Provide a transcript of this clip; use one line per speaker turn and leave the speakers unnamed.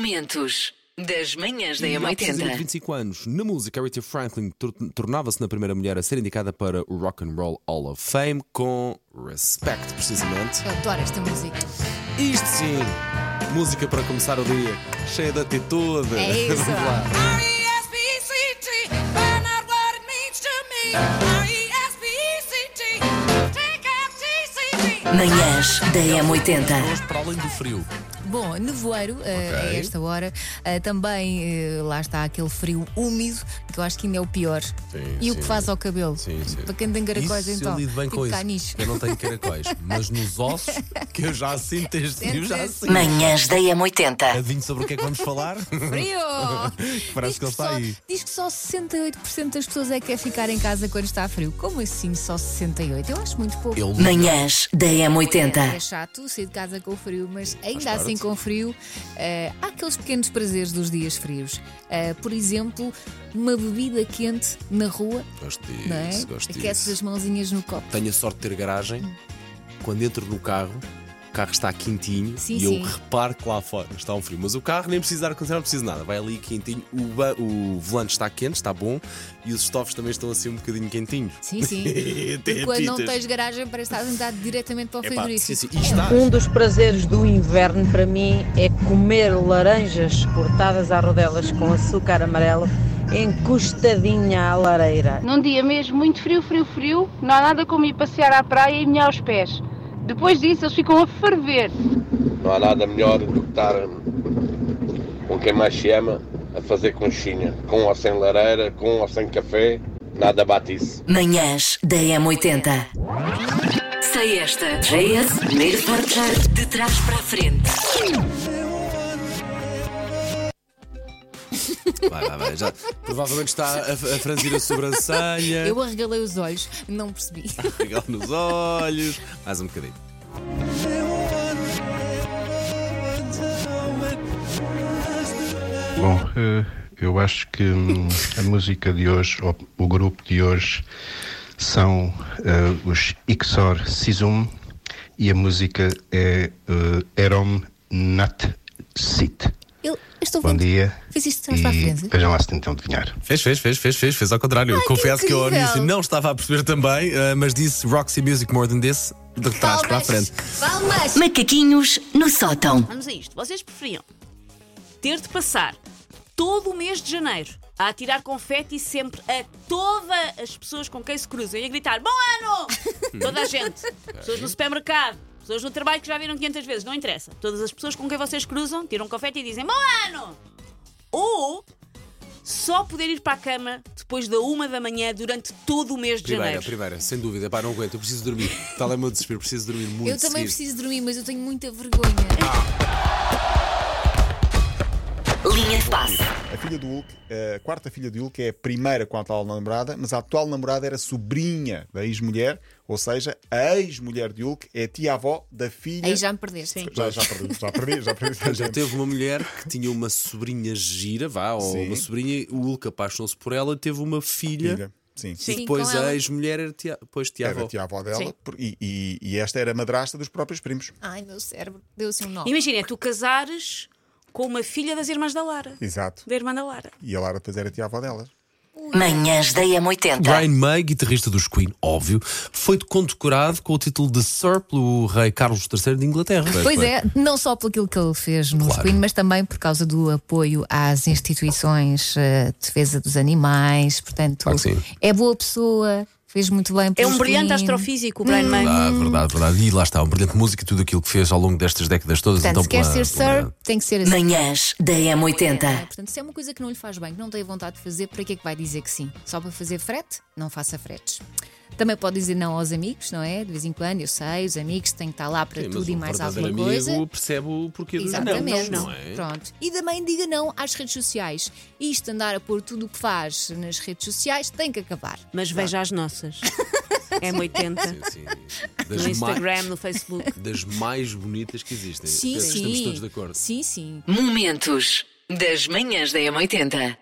Momentos das manhãs da
E há precisamente
M80.
25 anos, na música, Aretha Franklin tor- tornava-se na primeira mulher a ser indicada para o Rock and Roll Hall of Fame com Respect, precisamente.
Eu adoro esta música.
Isto sim, música para começar o dia, cheia de atitude.
É isso.
Vamos lá.
R-E-S-P-E-C-T, find out what it means to me. R-E-S-P-E-C-T, take out T-C-T.
Manhãs da M80.
Hoje, para além do frio,
Bom, nevoeiro eh, a
Ok.
esta hora. Eh, também eh, lá está aquele frio úmido, que eu acho que ainda é o pior. e o que
sim.
faz ao cabelo?
Sim, sim.
Para quem tem caracóis,
isso
então.
eu lido bem
tipo
com isso.
caniche.
Eu não tenho caracóis, mas nos ossos, que eu já sinto este frio, já sinto.
Manhãs da M80.
Adivinho sobre o que é que vamos falar?
Frio!
Parece
diz
que ele está
só,
aí.
Diz que só 68% das pessoas é que quer ficar em casa quando está frio. Como assim só 68%? Eu acho muito pouco.
Eu li-
Manhãs da
É
Então.
M80.
chato sair de casa com frio, mas ainda assim com frio, eh, há aqueles pequenos prazeres dos dias frios. Eh, por exemplo, uma bebida quente na rua,
Gosto
não é?
disso, gosto
Aqueces as
disso.
mãozinhas no copo.
Tenho a sorte de ter garagem. Quando entro no carro, o carro está quentinho
Sim,
e
sim.
eu reparo que lá fora está um frio. Mas o carro nem precisa de ar-condicionado, não precisa de nada. Vai ali quentinho, o, ba- o volante está quente, está bom e os estofos também estão assim um bocadinho quentinhos.
Sim, sim. E
Tem
quando não
pitas.
tens garagem para estar sentado diretamente para o é
Epá, sim, sim.
frigorífico.
E está.
Um dos prazeres do inverno para mim é comer laranjas cortadas à rodelas com açúcar amarelo encostadinha à lareira.
Num dia mesmo muito frio, frio, frio, não há nada como ir passear à praia e molhar os pés. Depois disso, eles ficam a ferver.
Não há nada melhor do que estar com quem mais se ama a fazer conchinha. Com ou sem lareira, com ou sem café, nada bate isso.
Manhãs da M80. Sei esta. JS, primeiro forjar de trás para a frente.
Vai, vai, vai. Já, provavelmente está a, a franzir a sobrancelha,
Eu arregalei os olhos, não percebi.
pegar nos olhos. Mais um bocadinho.
Bom, eh, eu acho que hum, a música de hoje, ou o grupo de hoje, são eh, os Ixor Sizum e a música é eh, Erom Nat Sit.
Eu eu estou
Bom
vendo.
dia
Fiz isto de trás para a
e
frente.
vejam lá se tentam adivinhar.
Fez, fez, fez, fez, fez, fez ao contrário.
que
Confesso que eu ao
incrível.
início não estava a perceber também, eh, mas disse Roxy Music More Than This de trás para a
Palmas!
frente.
Palmas!
Macaquinhos no sótão.
Vamos a isto. Vocês preferiam ter de passar todo o mês de janeiro a atirar confete sempre a todas as pessoas com quem se cruzam e a gritar Bom ano! Toda a gente. Pessoas no supermercado, pessoas no trabalho que já viram 500 vezes, não interessa. Todas as pessoas com quem vocês cruzam tiram um confete e dizem Bom ano! Ou só poder ir para a cama depois da uma da manhã durante todo o mês de
Primeira,
janeiro.
primeira, sem dúvida. Pá, não aguento, eu preciso dormir. Tal é o meu desespero, preciso dormir muito.
Eu também
seguir.
preciso dormir, mas eu tenho muita vergonha.
Linha de passe.
A filha do Hulk, a quarta filha do Hulk, é a primeira com a atual namorada, mas a atual namorada era sobrinha da ex-mulher, ou seja, a ex-mulher de Hulk é a tia-avó da filha.
É.
Aí já me perdeste.
Já, já perdi, já perdi, já perdi.
Já teve uma mulher que tinha uma sobrinha gira, vá, ou
Sim.
uma sobrinha, o Hulk apaixonou-se por ela, teve uma filha,
Filha, Sim.
e
Sim,
depois
com
a
ela.
ex-mulher era tia, depois
Era
tia-avó.
a tia-avó dela
Sim.
por- e, e- e esta era a madrasta dos próprios primos.
Ai, meu cérebro, deu-se um nó.
Imagina, é tu casares com uma filha das irmãs da Lara.
Exato.
Da irmã da Lara.
E a Lara depois era a tia-avó delas.
Manhãs da M80.
Brian May, guitarrista dos Queen, óbvio, foi condecorado com o título de Sir pelo rei Carlos III de Inglaterra.
Pois é, não só por aquilo que ele fez no
Claro.
Queen, mas também por causa do apoio às instituições eh, de defesa dos animais. Portanto,
Claro que sim.
é boa pessoa, fez muito bem.
É
pelos
um brilhante
Queen.
astrofísico, o Brian
Hum.
May.
Ah,
Verdade, verdade, verdade. E lá está, um brilhante músico e tudo aquilo que fez ao longo destas décadas todas.
Portanto,
então,
se quer
pela-
ser
pela-
Sir, tem que ser assim.
Manhãs da
não é?
M80.
Portanto, se é uma coisa que não lhe faz bem, que não tem vontade de fazer, para que é que vai dizer que sim? Só para fazer frete? Não faça fretes. Também pode dizer não aos amigos, não é? De vez em quando, eu sei, os amigos têm que estar lá para
Sim, mas
tudo e
um
mais
verdadeiro
alguma coisa.
amigo percebe o porquê dos
Exatamente.
não, não é?
Pronto. E também diga não às redes sociais. Isto andar a pôr tudo o que faz nas redes sociais tem que acabar.
Mas veja as nossas. É 80
Sim,
No
das, mais,
Instagram, no Facebook.
das mais bonitas que existem.
Sim,
Penso que
sim.
Estamos todos de acordo.
Sim, sim.
Momentos das manhãs da M80.